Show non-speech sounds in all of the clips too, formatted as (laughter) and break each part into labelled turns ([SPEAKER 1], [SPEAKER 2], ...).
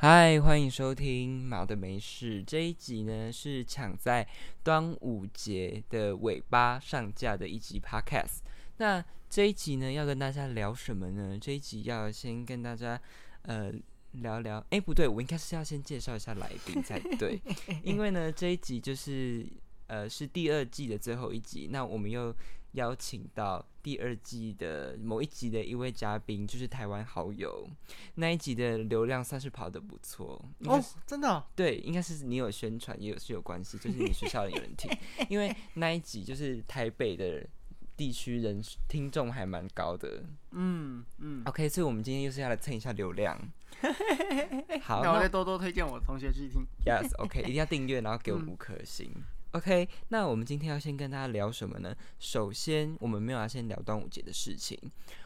[SPEAKER 1] 嗨，欢迎收听《毛的没事》这一集呢，是抢在端午节的尾巴上架的一集 Podcast。那这一集呢，要跟大家聊什么呢？这一集要先跟大家呃聊聊，哎，不对，我应该是要先介绍一下来宾才对，因为呢，这一集就是呃是第二季的最后一集，那我们又邀请到第二季的某一集的一位嘉宾，就是台湾好友。那一集的流量算是跑得不错，应该
[SPEAKER 2] 哦
[SPEAKER 1] 是，
[SPEAKER 2] 真的哦、
[SPEAKER 1] 对，应该是你有宣传，也有是有关系，就是你学校有人
[SPEAKER 2] (laughs)
[SPEAKER 1] 听，因为那一集就是台北的地区人听众还蛮高的。
[SPEAKER 2] 嗯嗯，
[SPEAKER 1] OK，所以我们今天又是要来蹭一下流
[SPEAKER 2] (laughs)
[SPEAKER 1] 量。好，
[SPEAKER 2] 那我
[SPEAKER 1] 那
[SPEAKER 2] 再多多推荐我同学去听。
[SPEAKER 1] Yes，OK，、一定要订阅，然后给我
[SPEAKER 2] 嗯
[SPEAKER 1] 五颗星。OK，那我们今天要先跟大家聊什么呢？首先，我们没有要先聊端午节的事情，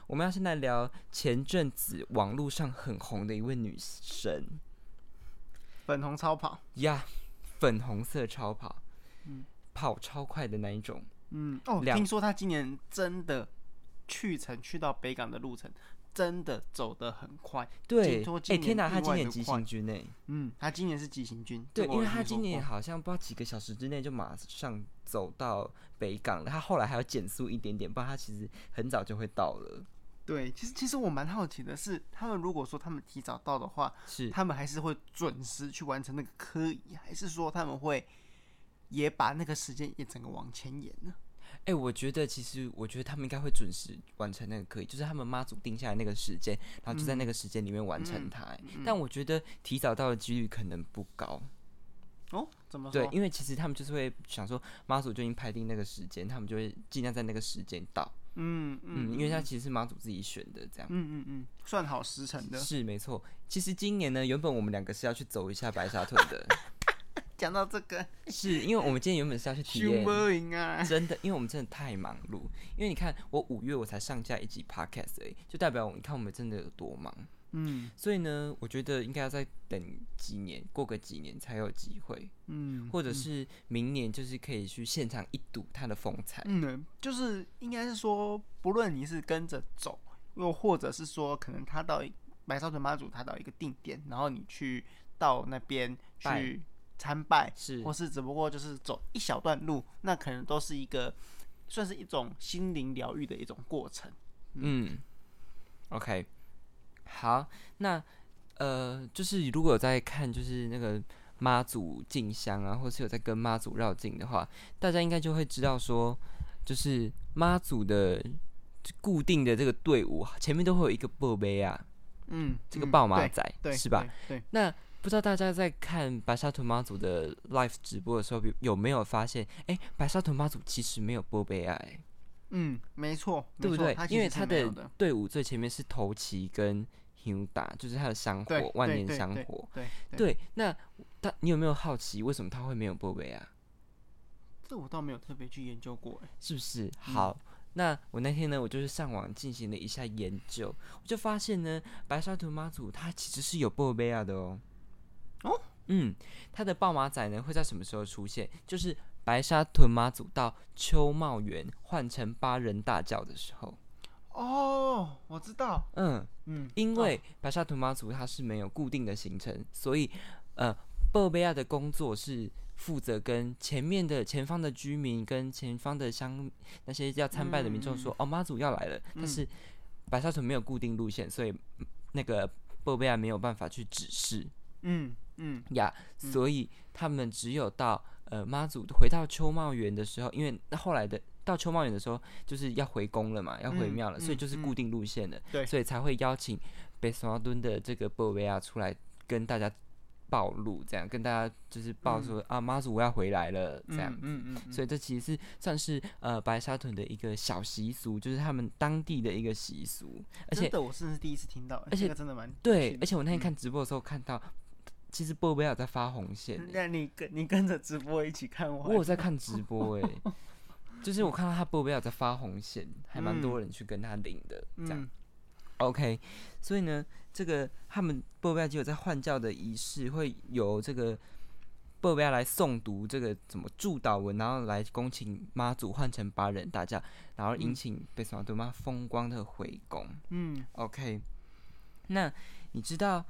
[SPEAKER 1] 我们要先来聊前阵子网络上很红的一位女神
[SPEAKER 2] 粉红超跑，
[SPEAKER 1] 呀粉红色超跑，
[SPEAKER 2] 嗯
[SPEAKER 1] 跑超快的那一种。
[SPEAKER 2] 嗯，哦，
[SPEAKER 1] 两
[SPEAKER 2] 听说他今年真的去程去到北港的路程真的走得很快。
[SPEAKER 1] 对，
[SPEAKER 2] 说
[SPEAKER 1] 哎、
[SPEAKER 2] 今
[SPEAKER 1] 天
[SPEAKER 2] 年
[SPEAKER 1] 哪，
[SPEAKER 2] 意
[SPEAKER 1] 她今
[SPEAKER 2] 外
[SPEAKER 1] 年
[SPEAKER 2] 地
[SPEAKER 1] 急
[SPEAKER 2] 快
[SPEAKER 1] 行军呢、
[SPEAKER 2] 嗯，他今年是急行军，
[SPEAKER 1] 对，
[SPEAKER 2] 这
[SPEAKER 1] 因
[SPEAKER 2] 个我
[SPEAKER 1] 为
[SPEAKER 2] 有
[SPEAKER 1] 他
[SPEAKER 2] 听说哦
[SPEAKER 1] 今年
[SPEAKER 2] 过
[SPEAKER 1] 好像不知道几个小时之内就马上走到北港了，他后来还要减速一点点，不然他其实很早就会到了。
[SPEAKER 2] 对，其实其实我蛮好奇的是，他们如果说他们提早到的话，
[SPEAKER 1] 是，
[SPEAKER 2] 他们还是会准时去完成那个科仪，还是说他们会也把那个时间也整个往前延呢？
[SPEAKER 1] 哎、我觉得其实我觉得他们应该会准时完成那个可以，就是他们妈祖定下来那个时间，然后就在
[SPEAKER 2] 嗯
[SPEAKER 1] 那个时间里面完成它欸、但我觉得提早到的几率可能不高，
[SPEAKER 2] 哦，怎么
[SPEAKER 1] 对
[SPEAKER 2] 说，？
[SPEAKER 1] 因为其实他们就是会想说妈祖就已经排定那个时间，他们就会尽量在那个时间到。
[SPEAKER 2] 嗯
[SPEAKER 1] 嗯，
[SPEAKER 2] 嗯
[SPEAKER 1] 因为他其实是妈祖自己选的，这样。
[SPEAKER 2] 嗯啊嗯嗯，算好时辰的。
[SPEAKER 1] 是没错，其实今年呢，原本我们两个是要去走一下白沙屯
[SPEAKER 2] (laughs)
[SPEAKER 1] 的，
[SPEAKER 2] 讲到这个，
[SPEAKER 1] 是因为我们今天原本是要去
[SPEAKER 2] (laughs)
[SPEAKER 1] 体
[SPEAKER 2] 熊
[SPEAKER 1] 验，
[SPEAKER 2] 波营
[SPEAKER 1] (laughs)
[SPEAKER 2] 啊，
[SPEAKER 1] 真的，因为我们真的太忙碌。因为你看，我五月我才上架一集 podcast 而已，就代表我你看我们真的有多忙。
[SPEAKER 2] 嗯
[SPEAKER 1] 所以呢，我觉得应该要再等几年，过个几年才有机会，
[SPEAKER 2] 嗯，
[SPEAKER 1] 或者
[SPEAKER 2] 嗯
[SPEAKER 1] 是明年就是可以去现场一睹它的风采。
[SPEAKER 2] 嗯，就是应该是说，不论你是跟着走，又或者是说，可能他到一白沙屯妈祖，他到一个定点，然后你去到那边
[SPEAKER 1] 拜
[SPEAKER 2] 去参拜，
[SPEAKER 1] 是
[SPEAKER 2] 或是只不过就是走一小段路，那可能都是一个嗯算是一种心灵疗愈的一种过程。
[SPEAKER 1] 嗯，OK，好，那呃，就是如果有在看，就是那个妈祖进香啊，或是有在跟妈祖绕境的话，大家应该就会知道说，就是妈祖的固定的这个队伍前面都会有一个报杯啊，
[SPEAKER 2] 嗯，
[SPEAKER 1] 这个
[SPEAKER 2] 嗯
[SPEAKER 1] 报马
[SPEAKER 2] 对
[SPEAKER 1] 仔、
[SPEAKER 2] 对
[SPEAKER 1] 是吧？？
[SPEAKER 2] 对，对
[SPEAKER 1] 那不知道大家在看白沙屯妈祖的 live 直播的时候，有有没有发现，哎、白沙屯妈祖其实没有波杯啊、诶
[SPEAKER 2] 嗯，没错，没
[SPEAKER 1] 对不
[SPEAKER 2] 错
[SPEAKER 1] 对
[SPEAKER 2] 它？其
[SPEAKER 1] 因为
[SPEAKER 2] 实是
[SPEAKER 1] 他
[SPEAKER 2] 没有
[SPEAKER 1] 的
[SPEAKER 2] 的
[SPEAKER 1] 队伍最前面是头旗跟 Huda，就是他的香
[SPEAKER 2] 对
[SPEAKER 1] 火万
[SPEAKER 2] 对
[SPEAKER 1] 年
[SPEAKER 2] 对
[SPEAKER 1] 香
[SPEAKER 2] 对
[SPEAKER 1] 火。
[SPEAKER 2] 对对，
[SPEAKER 1] 对，那他你有没有好奇为什么他会没有波贝啊？
[SPEAKER 2] 这我倒没有特别去研究过。哎
[SPEAKER 1] 是不是？好，
[SPEAKER 2] 嗯
[SPEAKER 1] 那我那天呢，我就是上网进行了一下研究，我就发现呢，白沙屯妈祖它其实是有波贝啊的哦。
[SPEAKER 2] 哦，
[SPEAKER 1] 嗯，它的爆马仔呢会在什么时候出现？就是白沙屯妈祖到秋茂园换成八人大轿的时候。
[SPEAKER 2] 哦，我知道，
[SPEAKER 1] 嗯，
[SPEAKER 2] 嗯，
[SPEAKER 1] 因
[SPEAKER 2] 哦
[SPEAKER 1] 为白沙屯妈祖它是没有固定的行程，所以呃，波贝亚的工作是负责跟前面的前方的居民跟前方的乡那些要参拜的民众说，哦，妈祖要来了，但是白沙屯没有固定路线，所以嗯那个波贝亚没有办法去指示
[SPEAKER 2] 嗯嗯
[SPEAKER 1] 呀，所以他们只有到呃妈祖回到秋茂园的时候，因为那后来的。到秋茂园的时候，就是要回宫了嘛，要回
[SPEAKER 2] 嗯
[SPEAKER 1] 庙了，所以
[SPEAKER 2] 嗯
[SPEAKER 1] 就是
[SPEAKER 2] 嗯
[SPEAKER 1] 固定路线的。
[SPEAKER 2] 对
[SPEAKER 1] 所以才会邀请北索奥敦的这个波维亚出来跟大家暴露，这样跟大家就是报说、啊，妈祖要回来了，这样。
[SPEAKER 2] 嗯嗯嗯，
[SPEAKER 1] 所以这其实是算是呃白沙屯的一个小习俗，就是他们当地的一个习俗。而且
[SPEAKER 2] 真的我甚至第一次听到，欸
[SPEAKER 1] 而且
[SPEAKER 2] 这个真的蛮
[SPEAKER 1] 对，而
[SPEAKER 2] 而且
[SPEAKER 1] 且我那天看直播的时候看到，其实波维亚在发红线欸、
[SPEAKER 2] 那你跟你跟着直播一起看
[SPEAKER 1] 我有
[SPEAKER 2] 完，
[SPEAKER 1] 在看直播哎、就是我看到他波维亚在发红线，还蛮多人去跟他领的，这样。
[SPEAKER 2] 嗯
[SPEAKER 1] OK，所以呢，这个他们波贝亚只有在换教的仪式会由这个波贝亚来诵读这个怎么祝祷文，然后来恭请妈祖换成八人大驾，然后引请贝斯马杜妈风光的回宫。
[SPEAKER 2] 嗯
[SPEAKER 1] OK，那你知道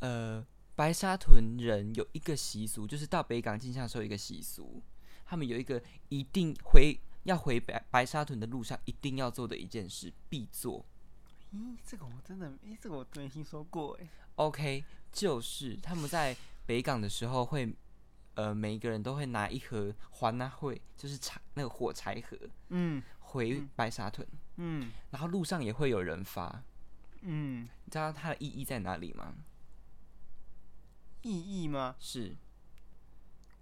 [SPEAKER 1] 呃，白沙屯人有一个习俗，就是到北港进香的时候有一个习俗，他们有一个一定回要回白白沙屯的路上一定要做的一件事，必做。
[SPEAKER 2] 咦，这个我真的，诶，这个我没听说过，哎，
[SPEAKER 1] OK，就是他们在北港的时候会，呃，每一个人都会拿一盒环那会，就是柴那个火柴盒
[SPEAKER 2] 嗯
[SPEAKER 1] 回白沙屯，
[SPEAKER 2] 嗯
[SPEAKER 1] 然后路上也会有人发。
[SPEAKER 2] 嗯，
[SPEAKER 1] 你知道它的意义在哪里吗？
[SPEAKER 2] 意义吗？
[SPEAKER 1] 是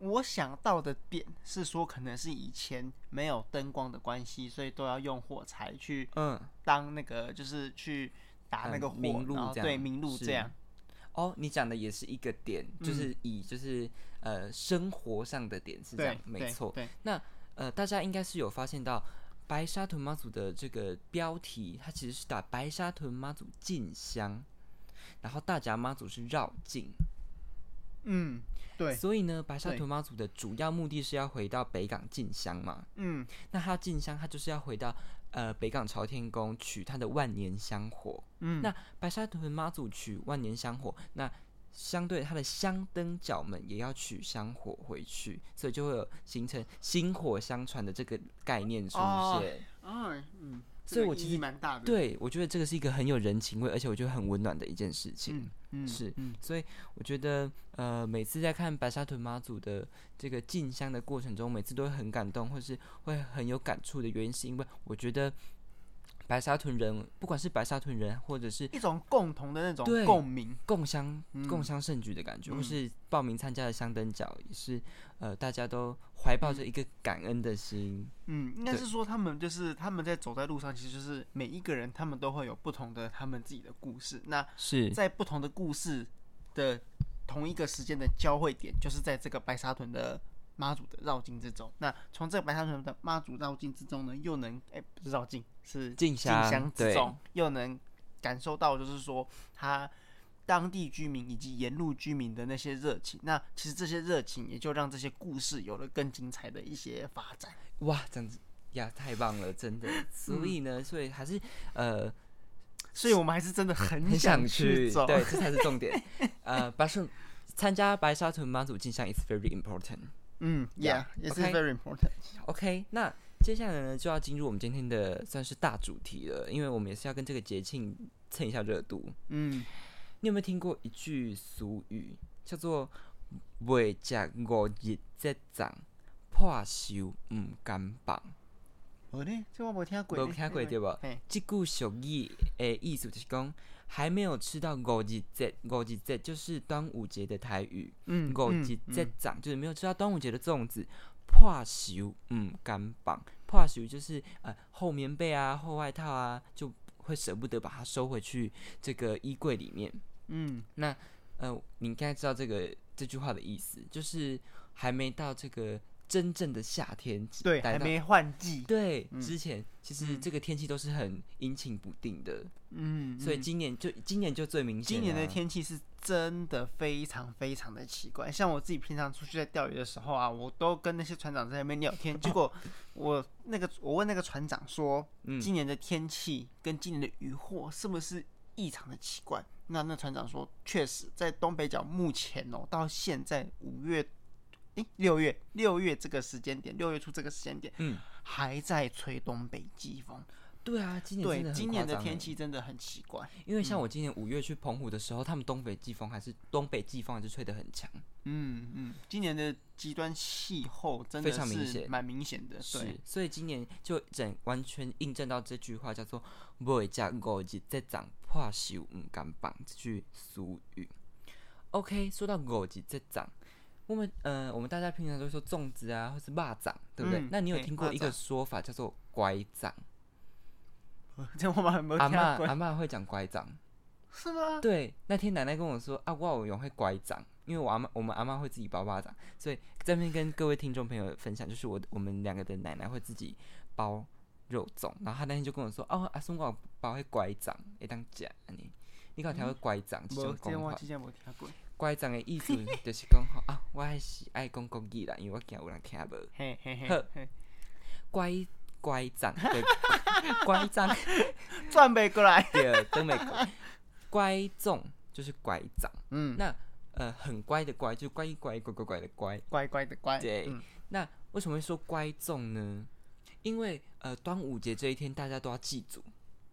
[SPEAKER 2] 我想到的点是说，可能是以前没有灯光的关系，所以都要用火柴去
[SPEAKER 1] 嗯，
[SPEAKER 2] 当那个，就是去打那
[SPEAKER 1] 嗯
[SPEAKER 2] 个火，
[SPEAKER 1] 明路
[SPEAKER 2] 然后
[SPEAKER 1] 这样
[SPEAKER 2] 对明路
[SPEAKER 1] 是
[SPEAKER 2] 这样。
[SPEAKER 1] 哦，你讲的也是一个点，就
[SPEAKER 2] 嗯
[SPEAKER 1] 是以就是呃生活上的点是这样
[SPEAKER 2] 对，，
[SPEAKER 1] 没
[SPEAKER 2] 对
[SPEAKER 1] 错。
[SPEAKER 2] 对，
[SPEAKER 1] 呃，大家应该是有发现到白沙屯妈祖的这个标题，它其实是打白沙屯妈祖进香，然后大甲妈祖是绕境，
[SPEAKER 2] 嗯，对，
[SPEAKER 1] 所以呢，白沙
[SPEAKER 2] 对
[SPEAKER 1] 屯妈祖的主要目的是要回到北港进香嘛。
[SPEAKER 2] 嗯
[SPEAKER 1] 那他进香，他就是要回到呃北港朝天宫取他的万年香火。
[SPEAKER 2] 嗯，
[SPEAKER 1] 那白沙屯妈祖取万年香火，那相对它的香灯角们也要取香火回去，所以就会有形成薪火相传的这个概念出现。
[SPEAKER 2] 哦哎，嗯，这
[SPEAKER 1] 所以
[SPEAKER 2] 个
[SPEAKER 1] 我
[SPEAKER 2] 意
[SPEAKER 1] 其
[SPEAKER 2] 义
[SPEAKER 1] 实
[SPEAKER 2] 蛮大的，，
[SPEAKER 1] 对，我觉得这个是一个很有人情味，而且我觉得很温暖的一件事情。
[SPEAKER 2] 嗯嗯
[SPEAKER 1] 是
[SPEAKER 2] 嗯
[SPEAKER 1] 所以我觉得，呃，每次在看白沙屯妈祖的这个进香的过程中，每次都会很感动，或是会很有感触的原因，是因为我觉得白沙屯人，不管是白沙屯人，或者是
[SPEAKER 2] 一种共同的那种
[SPEAKER 1] 对
[SPEAKER 2] 共鸣，
[SPEAKER 1] 共襄共
[SPEAKER 2] 嗯
[SPEAKER 1] 襄盛举的感觉，或
[SPEAKER 2] 嗯
[SPEAKER 1] 是报名参加的香灯角，也是呃，大家都怀抱着一个感恩的心。
[SPEAKER 2] 嗯，应该
[SPEAKER 1] 对
[SPEAKER 2] 是说他们就是他们在走在路上，其实就是每一个人他们都会有不同的他们自己的故事。那
[SPEAKER 1] 是
[SPEAKER 2] 在不同的故事的同一个时间的交汇点，就是在这个白沙屯的妈祖的绕境之中。那从这个白沙屯的妈祖绕境之中呢，又能哎、不是绕境是
[SPEAKER 1] 进香
[SPEAKER 2] 香之
[SPEAKER 1] 对
[SPEAKER 2] 中，又能感受到就是说他当地居民以及沿路居民的那些热情。那其实这些热情也就让这些故事有了更精彩的一些发展。
[SPEAKER 1] 哇，这样子呀，太棒了，真的。所
[SPEAKER 2] 嗯
[SPEAKER 1] 以呢，所以还是呃，
[SPEAKER 2] 所以我们还是真的很
[SPEAKER 1] 很想
[SPEAKER 2] 去走。
[SPEAKER 1] 对，这才是重
[SPEAKER 2] (laughs)
[SPEAKER 1] 点。呃，白顺参加白沙屯妈祖进香 is very important。
[SPEAKER 2] 嗯
[SPEAKER 1] Yeah，
[SPEAKER 2] ，Yeah，也是
[SPEAKER 1] OK
[SPEAKER 2] very important。
[SPEAKER 1] OK，那接下来呢就要进入我们今天的算是大主题了，因为我们也是要跟这个节庆蹭一下热度。
[SPEAKER 2] 嗯，
[SPEAKER 1] 你有没有听过一句俗语，叫做“未食五日则长，破寿唔甘榜
[SPEAKER 2] 我呢，这我没听”？过呢，嗯
[SPEAKER 1] 有听过对吧？
[SPEAKER 2] 嘿，
[SPEAKER 1] 这句俗语的意思就是讲，还没有吃到五日节，五日节就是端午节的台语。
[SPEAKER 2] 嗯，
[SPEAKER 1] 五
[SPEAKER 2] 嗯
[SPEAKER 1] 日节
[SPEAKER 2] 嗯
[SPEAKER 1] 长，就是没有吃到端午节的粽子，破寿嗯干绑，破寿就是呃厚棉被啊、厚外套啊，就会舍不得把它收回去这个衣柜里面。
[SPEAKER 2] 嗯
[SPEAKER 1] 呃，你应该知道这个这句话的意思，就是还没到这个真正的夏天，
[SPEAKER 2] 对，
[SPEAKER 1] 来
[SPEAKER 2] 还
[SPEAKER 1] 到
[SPEAKER 2] 没换季，
[SPEAKER 1] 对
[SPEAKER 2] 嗯
[SPEAKER 1] 之前，其实
[SPEAKER 2] 嗯
[SPEAKER 1] 这个天气都是很阴晴不定的，
[SPEAKER 2] 嗯，
[SPEAKER 1] 所以
[SPEAKER 2] 嗯
[SPEAKER 1] 今年就今年就最明显、
[SPEAKER 2] 今年的，天气是真的非常非常的奇怪。像我自己平常出去在钓鱼的时候啊，我都跟那些船长在那边聊天，结
[SPEAKER 1] (laughs)
[SPEAKER 2] 果我那个我问那个船长说，
[SPEAKER 1] 嗯，
[SPEAKER 2] 今年的天气跟今年的渔获是不是异常的奇怪？那那船长说，确实在东北角目前哦，到现在五月，诶六月六月这个时间点，六月初这个时间点，
[SPEAKER 1] 嗯，
[SPEAKER 2] 还在吹东北季风。
[SPEAKER 1] 对啊，今年真的
[SPEAKER 2] 对，
[SPEAKER 1] 很
[SPEAKER 2] 今
[SPEAKER 1] 夸
[SPEAKER 2] 年的
[SPEAKER 1] 张欸
[SPEAKER 2] 天气真的很奇怪。
[SPEAKER 1] 因为像我今年五月去澎湖的时候，他们东北季风还是东北季风还是吹得很强，
[SPEAKER 2] 嗯嗯，今年的极端气候真的
[SPEAKER 1] 非常明
[SPEAKER 2] 是
[SPEAKER 1] 显
[SPEAKER 2] 蛮明显的。
[SPEAKER 1] 是
[SPEAKER 2] 对，，
[SPEAKER 1] 所以今年就整完全印证到这句话叫做“未加五日再长破寿唔敢绑”这句俗语。OK，说到五日再长，我们呃，我们大家平常都说粽子啊，或是蚂蚱，对不对？
[SPEAKER 2] 嗯
[SPEAKER 1] 那你有
[SPEAKER 2] 对
[SPEAKER 1] 听过
[SPEAKER 2] 蚂
[SPEAKER 1] 一个
[SPEAKER 2] 蚱
[SPEAKER 1] 说法叫做拐杖？
[SPEAKER 2] 这我们还没有
[SPEAKER 1] 阿
[SPEAKER 2] 听
[SPEAKER 1] 嬷
[SPEAKER 2] 过，
[SPEAKER 1] 阿嬷会讲拐杖，
[SPEAKER 2] 是吗？
[SPEAKER 1] 对，那天奶奶跟我说啊，我有用会拐杖，因为我阿妈我们阿妈会自己包巴掌，所以这边跟各位听众朋友分享，就是我我们两个的奶奶会自己包肉粽，然后她那天就跟我说，哦，阿松我有包会拐杖，会当食安尼，你有听会拐杖这
[SPEAKER 2] 没
[SPEAKER 1] 种
[SPEAKER 2] 嗯这
[SPEAKER 1] 讲
[SPEAKER 2] 我
[SPEAKER 1] 法？
[SPEAKER 2] 之前没听过。
[SPEAKER 1] 拐杖的
[SPEAKER 2] (laughs)
[SPEAKER 1] 意思就是讲吼啊，我还是爱讲国语啦，因为我惊有人听无。
[SPEAKER 2] 嘿嘿嘿
[SPEAKER 1] 呵
[SPEAKER 2] 嘿，
[SPEAKER 1] 拐拐杖的 (laughs) 拐杖 (laughs)
[SPEAKER 2] 转不过来。
[SPEAKER 1] 对，东北拐拐粽就是拐杖。
[SPEAKER 2] 嗯，
[SPEAKER 1] 那呃，很乖的乖，就是乖一乖乖乖乖的乖。
[SPEAKER 2] 乖乖的乖，
[SPEAKER 1] 对
[SPEAKER 2] 嗯
[SPEAKER 1] 那为什么会说乖粽呢？因为呃，端午节这一天大家都要祭祖，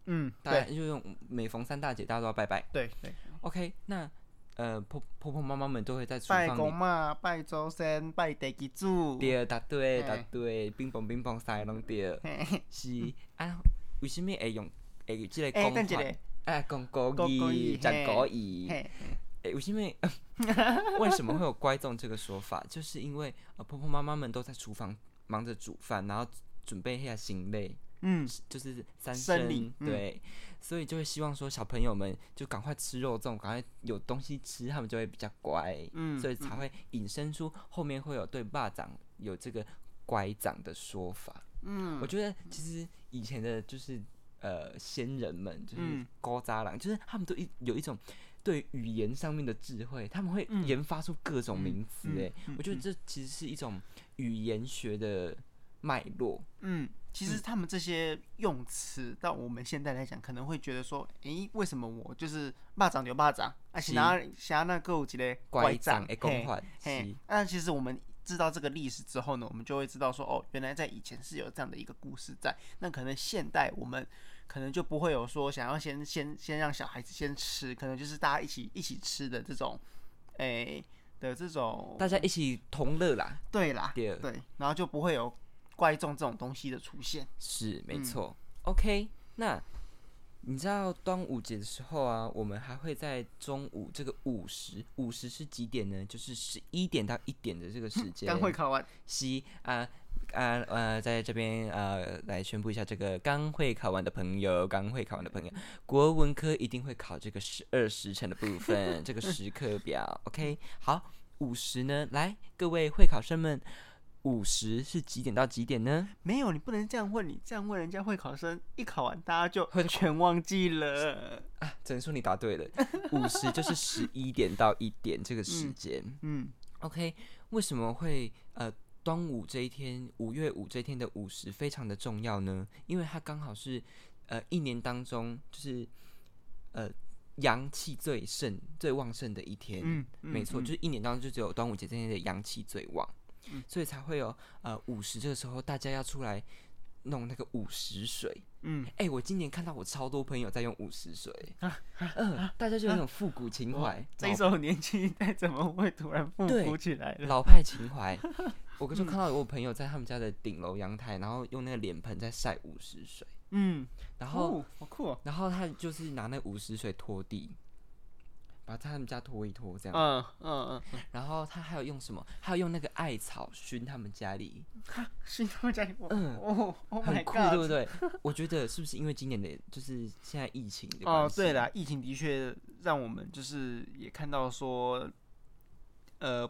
[SPEAKER 2] 嗯，
[SPEAKER 1] 大家
[SPEAKER 2] 对
[SPEAKER 1] 就是用每逢三大节大家都要拜拜。
[SPEAKER 2] 对对，
[SPEAKER 1] OK，那呃婆婆婆妈妈们都会在厨
[SPEAKER 2] 拜
[SPEAKER 1] 房
[SPEAKER 2] 公
[SPEAKER 1] 里。
[SPEAKER 2] 嘛，拜周生，拜地基主，
[SPEAKER 1] 对，答对，答
[SPEAKER 2] 嘿
[SPEAKER 1] 对，冰棒冰棒三个拢对，
[SPEAKER 2] 嘿
[SPEAKER 1] 是啊，为什么会用会即个
[SPEAKER 2] 哎，
[SPEAKER 1] 讲
[SPEAKER 2] 等一
[SPEAKER 1] 法？
[SPEAKER 2] 下，
[SPEAKER 1] 哎，讲国
[SPEAKER 2] 讲国
[SPEAKER 1] 语，
[SPEAKER 2] 语
[SPEAKER 1] 讲
[SPEAKER 2] 嘿
[SPEAKER 1] 国语。
[SPEAKER 2] 嘿，
[SPEAKER 1] 诶，我是因为 (laughs) 为什么会有乖粽这个说法，就是因为呃婆婆妈妈们都在厨房忙着煮饭，然后准备一下行类，
[SPEAKER 2] 嗯，
[SPEAKER 1] 就是三
[SPEAKER 2] 生
[SPEAKER 1] 生
[SPEAKER 2] 理嗯
[SPEAKER 1] 对，所以就会希望说小朋友们就赶快吃肉粽，赶快有东西吃，他们就会比较乖，
[SPEAKER 2] 嗯
[SPEAKER 1] 所以才会引申出后面会有对霸掌有这个乖掌的说法。
[SPEAKER 2] 嗯，
[SPEAKER 1] 我觉得其实以前的就是呃先人们，就是
[SPEAKER 2] 嗯
[SPEAKER 1] 高扎郎，就是他们都一有一种对语言上面的智慧，他们会
[SPEAKER 2] 嗯
[SPEAKER 1] 研发出各种
[SPEAKER 2] 嗯
[SPEAKER 1] 名词。
[SPEAKER 2] 嗯
[SPEAKER 1] 哎、我觉得
[SPEAKER 2] 嗯
[SPEAKER 1] 这其实是一种语言学的脉络。
[SPEAKER 2] 嗯，其实他们这些用词到我们现在来讲，可能会觉得说，诶、为什么我就是蚂蚱就蚂蚱，啊，
[SPEAKER 1] 是
[SPEAKER 2] 其他其他那有一个
[SPEAKER 1] 乖掌
[SPEAKER 2] 掌
[SPEAKER 1] 的
[SPEAKER 2] 嘿
[SPEAKER 1] 讲法是
[SPEAKER 2] 嘿，啊那其实我们知道这个历史之后呢，我们就会知道说，哦，原来在以前是有这样的一个故事在。那可能现代我们可能就不会有说想要先先先让小孩子先吃，可能就是大家一起一起吃的这种，诶、的这种，
[SPEAKER 1] 大家一起同乐啦，
[SPEAKER 2] 对啦，
[SPEAKER 1] 对
[SPEAKER 2] 对，然后就不会有怪众这种东西的出现。
[SPEAKER 1] 是没
[SPEAKER 2] 嗯
[SPEAKER 1] 错。OK，那你知道端午节的时候啊，我们还会在中午这个午时，午时是几点呢？就是十一点到一点的这个时间。
[SPEAKER 2] 刚会考完，
[SPEAKER 1] 西啊啊呃，在这边呃来宣布一下，这个刚会考完的朋友，刚会考完的朋友，国文科一定会考这个十二时辰的部分，这个时刻表。OK，好，午时呢，来各位会考生们，午时是几点到几点呢？
[SPEAKER 2] 没有，你不能这样问你，这样问人家会考生，一考完大家
[SPEAKER 1] 会
[SPEAKER 2] 就全忘记
[SPEAKER 1] (laughs)
[SPEAKER 2] 了。
[SPEAKER 1] 啊，只能说你答对了，午时就是十一点到一点这个时间。
[SPEAKER 2] 嗯
[SPEAKER 1] OK，为什么会呃端午这一天，五月五这一天的午时非常的重要呢？因为它刚好是呃一年当中就是呃阳气最盛、最旺盛的一天。
[SPEAKER 2] 嗯，
[SPEAKER 1] 没错，就是是一年当中就只有端午节这天的阳气最旺，
[SPEAKER 2] 嗯
[SPEAKER 1] 所以才会有呃午时这个时候大家要出来弄那个午时水。
[SPEAKER 2] 嗯，
[SPEAKER 1] 哎、我今年看到我超多朋友在用午时水，
[SPEAKER 2] 啊
[SPEAKER 1] 嗯、大家就有那种复古情
[SPEAKER 2] 哇
[SPEAKER 1] 怀，
[SPEAKER 2] 啊这
[SPEAKER 1] 老
[SPEAKER 2] 一首年轻一代怎么会突然复
[SPEAKER 1] 对
[SPEAKER 2] 古起来
[SPEAKER 1] (laughs)
[SPEAKER 2] 了？
[SPEAKER 1] 老派情怀。我就看到我朋友在他们家的顶楼阳台，然后用那个脸盆在晒午时水，
[SPEAKER 2] 嗯，
[SPEAKER 1] 然后、
[SPEAKER 2] 哦好酷哦。
[SPEAKER 1] 然后他就是拿那午时水拖地，把他们家拖一拖这样。
[SPEAKER 2] 嗯嗯嗯， (laughs)
[SPEAKER 1] 然后他还有用什么？还有用那个艾草熏他们家里，
[SPEAKER 2] 是他们家里，我
[SPEAKER 1] 嗯
[SPEAKER 2] 哦
[SPEAKER 1] (laughs)
[SPEAKER 2] ，Oh
[SPEAKER 1] 很
[SPEAKER 2] my
[SPEAKER 1] 酷，对不
[SPEAKER 2] God！
[SPEAKER 1] 对？我觉得是不是因为今年的就是现在疫情的
[SPEAKER 2] 哦
[SPEAKER 1] 关，系
[SPEAKER 2] 对啦，疫情的确让我们就是也看到说，呃，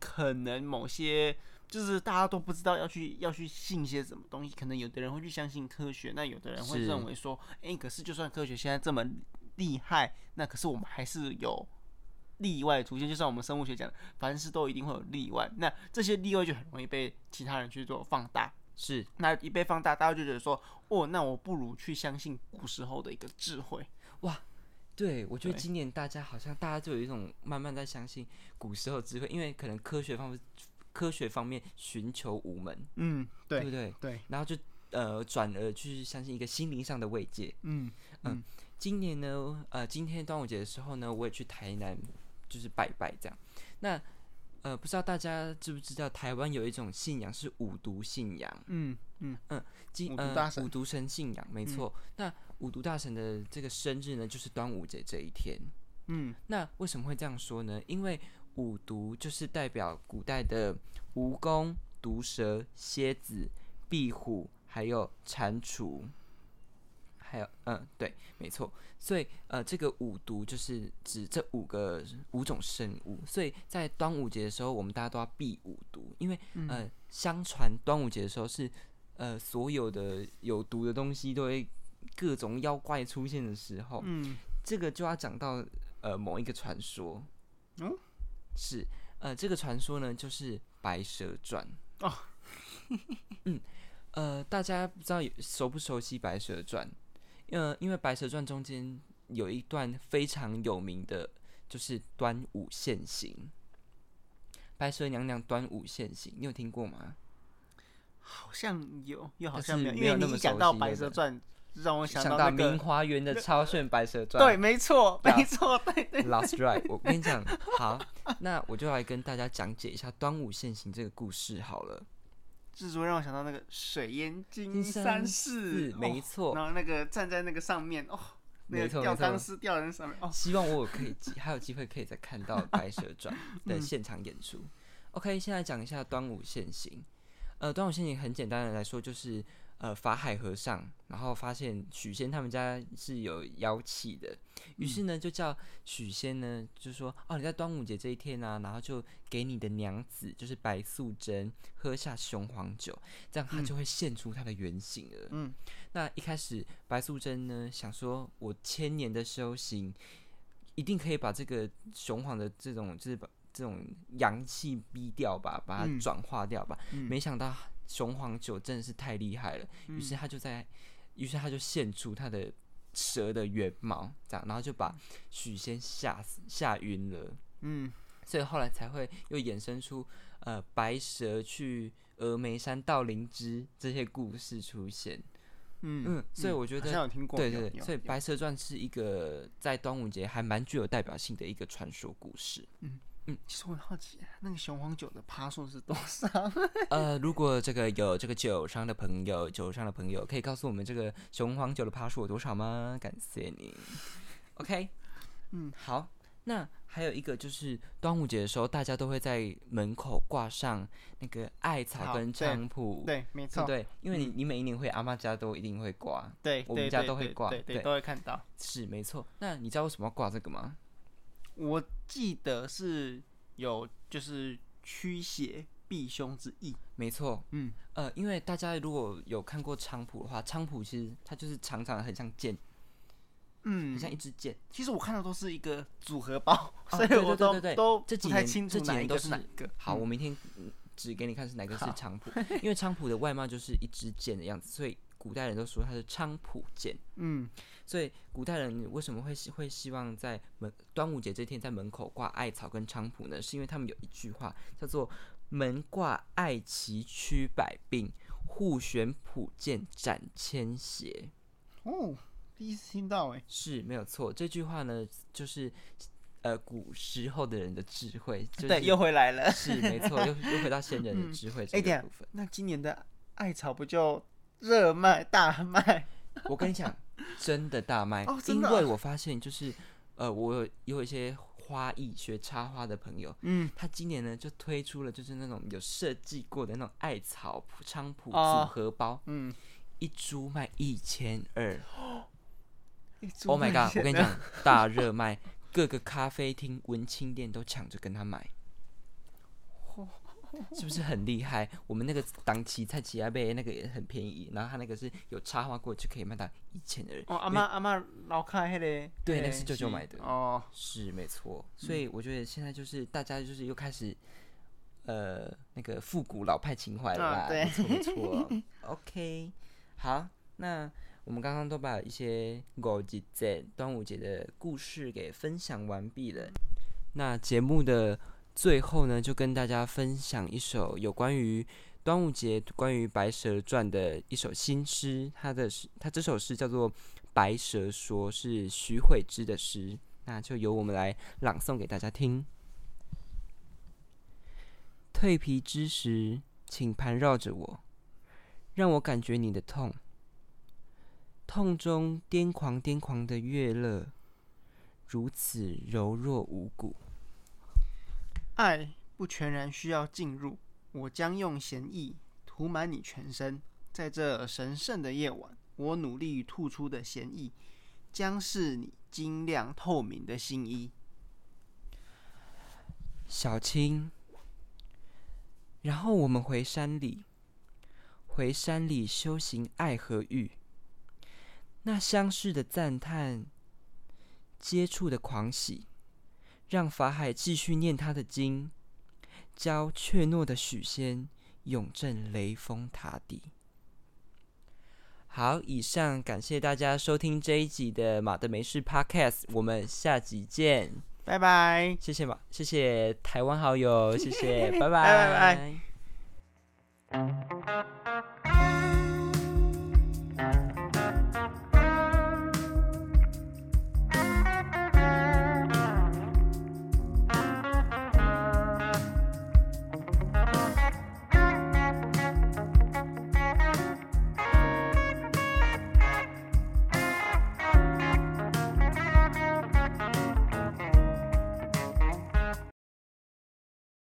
[SPEAKER 2] 可能某些就是大家都不知道要去要去信些什么东西，可能有的人会去相信科学，那有的人会
[SPEAKER 1] 是
[SPEAKER 2] 认为说，哎、可是就算科学现在这么厉害，那可是我们还是有。例外出现，就像我们生物学讲的，凡事都一定会有例外。那这些例外就很容易被其他人去做放大，
[SPEAKER 1] 是
[SPEAKER 2] 那一被放大，大家就觉得说，哦，那我不如去相信古时候的一个智慧。
[SPEAKER 1] 对，我觉得
[SPEAKER 2] 对
[SPEAKER 1] 今年大家好像大家就有一种慢慢在相信古时候智慧，因为可能科学方面科学方面寻求无门，
[SPEAKER 2] 嗯，
[SPEAKER 1] 对不对？
[SPEAKER 2] 对，
[SPEAKER 1] 然后就呃转而去相信一个心灵上的慰藉。
[SPEAKER 2] 嗯
[SPEAKER 1] 今年呢，呃，今天端午节的时候呢，我也去台南就是拜拜这样。那呃，不知道大家知不知道，台湾有一种信仰是五毒信仰。
[SPEAKER 2] 嗯嗯
[SPEAKER 1] 今
[SPEAKER 2] 五毒
[SPEAKER 1] 呃
[SPEAKER 2] 大神嗯
[SPEAKER 1] 五毒神信仰，没错。那五毒大神的这个生日呢，就是端午节这一天。
[SPEAKER 2] 嗯
[SPEAKER 1] 那为什么会这样说呢？因为五毒就是代表古代的蜈蚣、毒蛇、蝎子、壁虎，还有蟾蜍，还有嗯，对，没错。所以呃，这个五毒就是指这五个五种生物。所以在端午节的时候，我们大家都要避五毒，因为、
[SPEAKER 2] 嗯
[SPEAKER 1] 呃，相传端午节的时候是呃所有的有毒的东西都会各种妖怪出现的时候。
[SPEAKER 2] 嗯
[SPEAKER 1] 这个就要讲到呃某一个传说，
[SPEAKER 2] 嗯，
[SPEAKER 1] 是呃这个传说呢就是《白蛇传》
[SPEAKER 2] 哦，
[SPEAKER 1] (laughs) 嗯呃大家不知道有熟不熟悉《白蛇传》？呃，因为《白蛇传》中间有一段非常有名的就是端午现形。白蛇娘娘端午现形，你有听过吗？
[SPEAKER 2] 好像有，又好
[SPEAKER 1] 但
[SPEAKER 2] 像
[SPEAKER 1] 是
[SPEAKER 2] 没有，因
[SPEAKER 1] 没有
[SPEAKER 2] 为
[SPEAKER 1] 那
[SPEAKER 2] 你
[SPEAKER 1] 么
[SPEAKER 2] 一
[SPEAKER 1] 熟
[SPEAKER 2] 讲到《
[SPEAKER 1] 悉
[SPEAKER 2] 白
[SPEAKER 1] 对
[SPEAKER 2] 蛇
[SPEAKER 1] 吧
[SPEAKER 2] 传》，让我
[SPEAKER 1] 想
[SPEAKER 2] 想到那
[SPEAKER 1] 名
[SPEAKER 2] 个，
[SPEAKER 1] 花园的超炫白蛇传，
[SPEAKER 2] 对，没错，
[SPEAKER 1] 对啊
[SPEAKER 2] 没错，对对，
[SPEAKER 1] (laughs) Last Right，我跟你讲，好，那我就来跟大家讲解一下端午现行这个故事好了。
[SPEAKER 2] 制作让我想到那个水淹金
[SPEAKER 1] 金
[SPEAKER 2] 山
[SPEAKER 1] 山
[SPEAKER 2] 寺，
[SPEAKER 1] 寺嗯没
[SPEAKER 2] 哦
[SPEAKER 1] 错
[SPEAKER 2] 然后那个站在那个上面，哦，那
[SPEAKER 1] 没
[SPEAKER 2] 个
[SPEAKER 1] 错
[SPEAKER 2] 吊
[SPEAKER 1] 没错
[SPEAKER 2] 钢丝吊在那上面，哦，
[SPEAKER 1] 希望我有可以机还有机会可以再看到《白蛇
[SPEAKER 2] (laughs)
[SPEAKER 1] 传》
[SPEAKER 2] 嗯
[SPEAKER 1] 的现场演出。OK，现在讲一下端午现行。呃，端午现行很简单的来说，就是呃法海和尚，然后发现许仙他们家是有妖气的，于是
[SPEAKER 2] 嗯
[SPEAKER 1] 呢就叫许仙呢就说哦你在端午节这一天啊，然后就给你的娘子就是白素贞喝下雄黄酒，这样她就会现出她的原形了。
[SPEAKER 2] 嗯，
[SPEAKER 1] 那一开始白素贞呢想说，我千年的修行一定可以把这个雄黄的这种就是把这种阳气逼掉吧，把它
[SPEAKER 2] 嗯
[SPEAKER 1] 转化掉吧。
[SPEAKER 2] 嗯
[SPEAKER 1] 没想到雄黄酒真的是太厉害了，于是他就在，于是他就现出他的蛇的原貌，这样，然后就把许仙吓死吓晕了。
[SPEAKER 2] 嗯，
[SPEAKER 1] 所以后来才会又衍生出呃白蛇去峨眉山盗灵芝这些故事出现。
[SPEAKER 2] 嗯
[SPEAKER 1] 嗯，所以我觉
[SPEAKER 2] 好
[SPEAKER 1] 得
[SPEAKER 2] 像有听过，
[SPEAKER 1] 对
[SPEAKER 2] 有
[SPEAKER 1] 对对，
[SPEAKER 2] 有
[SPEAKER 1] 所以《
[SPEAKER 2] 有
[SPEAKER 1] 白蛇传》是一个在端午节还蛮具有代表性的一个传说故事。
[SPEAKER 2] 其实我很好奇，那个雄黄酒的趴数是多少？
[SPEAKER 1] 呃，如果这个有这个酒商的朋友，酒商的朋友可以告诉我们这个雄黄酒的趴数有多少吗？感谢你。OK，嗯，
[SPEAKER 2] (laughs)
[SPEAKER 1] 好。那还有一个就是端午节的时候，大家都会在门口挂上那个艾草
[SPEAKER 2] 好
[SPEAKER 1] 跟
[SPEAKER 2] 对
[SPEAKER 1] 菖蒲，
[SPEAKER 2] 对，没
[SPEAKER 1] 对
[SPEAKER 2] 错嗯
[SPEAKER 1] 不，对？因为你你每一年会，阿妈家都一定会挂，
[SPEAKER 2] 对，
[SPEAKER 1] 我
[SPEAKER 2] 对
[SPEAKER 1] 们家
[SPEAKER 2] 对
[SPEAKER 1] 都会
[SPEAKER 2] 对
[SPEAKER 1] 挂
[SPEAKER 2] 对对，
[SPEAKER 1] 对
[SPEAKER 2] 都会看到。
[SPEAKER 1] 是没错。那你知道为什么要挂这个吗？
[SPEAKER 2] 我记得是有就是驱邪避凶之意，
[SPEAKER 1] 没错，
[SPEAKER 2] 嗯，
[SPEAKER 1] 呃，因为大家如果有看过菖蒲的话，菖蒲其实它就是长长的，很像剑，很
[SPEAKER 2] 嗯，
[SPEAKER 1] 像一支剑。
[SPEAKER 2] 其实我看到都是一个组合包，
[SPEAKER 1] 哦
[SPEAKER 2] 所以
[SPEAKER 1] 对对
[SPEAKER 2] 我
[SPEAKER 1] 对
[SPEAKER 2] 都
[SPEAKER 1] 对对
[SPEAKER 2] 都
[SPEAKER 1] 这
[SPEAKER 2] 不
[SPEAKER 1] 几
[SPEAKER 2] 太
[SPEAKER 1] 年
[SPEAKER 2] 清楚
[SPEAKER 1] 这几
[SPEAKER 2] 哪
[SPEAKER 1] 年
[SPEAKER 2] 一
[SPEAKER 1] 都
[SPEAKER 2] 个是
[SPEAKER 1] 是
[SPEAKER 2] 哪一个。
[SPEAKER 1] 好，
[SPEAKER 2] 嗯
[SPEAKER 1] 我明天嗯指给你看是哪个是
[SPEAKER 2] 好
[SPEAKER 1] 菖
[SPEAKER 2] (laughs)
[SPEAKER 1] 蒲，因为菖蒲的外貌就是一支箭的样子，所以古代人都说它是菖蒲剑。
[SPEAKER 2] 嗯
[SPEAKER 1] 所以古代人为什么会希会希望在门端午节这天在门口挂艾草跟菖蒲呢？是因为他们有一句话叫做“门挂艾其驱百病，户悬蒲剑斩千邪”。
[SPEAKER 2] 哦，第一次听到哎，
[SPEAKER 1] 是没有错，这句话呢，就是呃古时候的人的智慧，就是、
[SPEAKER 2] 对，又回来了。
[SPEAKER 1] 是没错，
[SPEAKER 2] (laughs)
[SPEAKER 1] 又又回到先人的智慧这
[SPEAKER 2] 哎
[SPEAKER 1] 个
[SPEAKER 2] 等下
[SPEAKER 1] 部分。
[SPEAKER 2] 那今年的艾草不就热卖大卖？
[SPEAKER 1] 我跟你讲，真的大卖，
[SPEAKER 2] 哦真
[SPEAKER 1] 因
[SPEAKER 2] 的啊
[SPEAKER 1] 为我发现就是呃，我有有一些花艺学插花的朋友。
[SPEAKER 2] 嗯，
[SPEAKER 1] 他今年呢就推出了就是那种有设计过的那种艾草菖蒲
[SPEAKER 2] 哦
[SPEAKER 1] 组合包，
[SPEAKER 2] (laughs) 嗯，
[SPEAKER 1] 一株卖一千二
[SPEAKER 2] 一株
[SPEAKER 1] ，Oh my
[SPEAKER 2] 卖
[SPEAKER 1] god！我
[SPEAKER 2] 钱
[SPEAKER 1] 跟你
[SPEAKER 2] 的，
[SPEAKER 1] 讲，大热卖，各个咖啡厅、文青店都抢着跟他买。是不是很厉害？我们那个档期菜奇亚贝那个也很便宜，然后他那个是有插花过就可以卖到一千二。
[SPEAKER 2] 哦，阿妈阿妈老开迄个，
[SPEAKER 1] 对
[SPEAKER 2] 迄
[SPEAKER 1] 那是舅舅
[SPEAKER 2] 是
[SPEAKER 1] 买的
[SPEAKER 2] 哦，
[SPEAKER 1] 是没错，所
[SPEAKER 2] 嗯
[SPEAKER 1] 以我觉得现在就是大家就是又开始，呃，那个复古老派情怀了
[SPEAKER 2] 啊
[SPEAKER 1] 啦，
[SPEAKER 2] 对
[SPEAKER 1] 没错没
[SPEAKER 2] (laughs)
[SPEAKER 1] 错。OK，好，那我们刚刚都把一些五节节端午节的故事给分享完毕了。那节目的最后呢，就跟大家分享一首有关于端午节、关于《白蛇传》的一首新诗。它的诗，它这首诗叫做《白蛇说》，是徐慧芝的诗。那就由我们来朗诵给大家听。蜕皮之时，请盘绕着我，让我感觉你的痛。痛中癫狂癫狂的乐乐，如此柔弱无骨。
[SPEAKER 2] 爱不全然需要进入，我将用咸意涂满你全身。在这神圣的夜晚，我努力吐出的咸意，将是你晶亮透明的新衣。
[SPEAKER 1] 小青。然后我们回山里，回山里修行爱和欲。那相视的赞叹，接触的狂喜，让法海继续念他的经，教怯懦的许仙永镇雷峰塔底。好，以上感谢大家收听这一集的《马的没事》Podcast，我们下集见。
[SPEAKER 2] 拜拜。
[SPEAKER 1] 谢谢嘛，谢谢台湾好友，谢谢，拜
[SPEAKER 2] 拜拜
[SPEAKER 1] 拜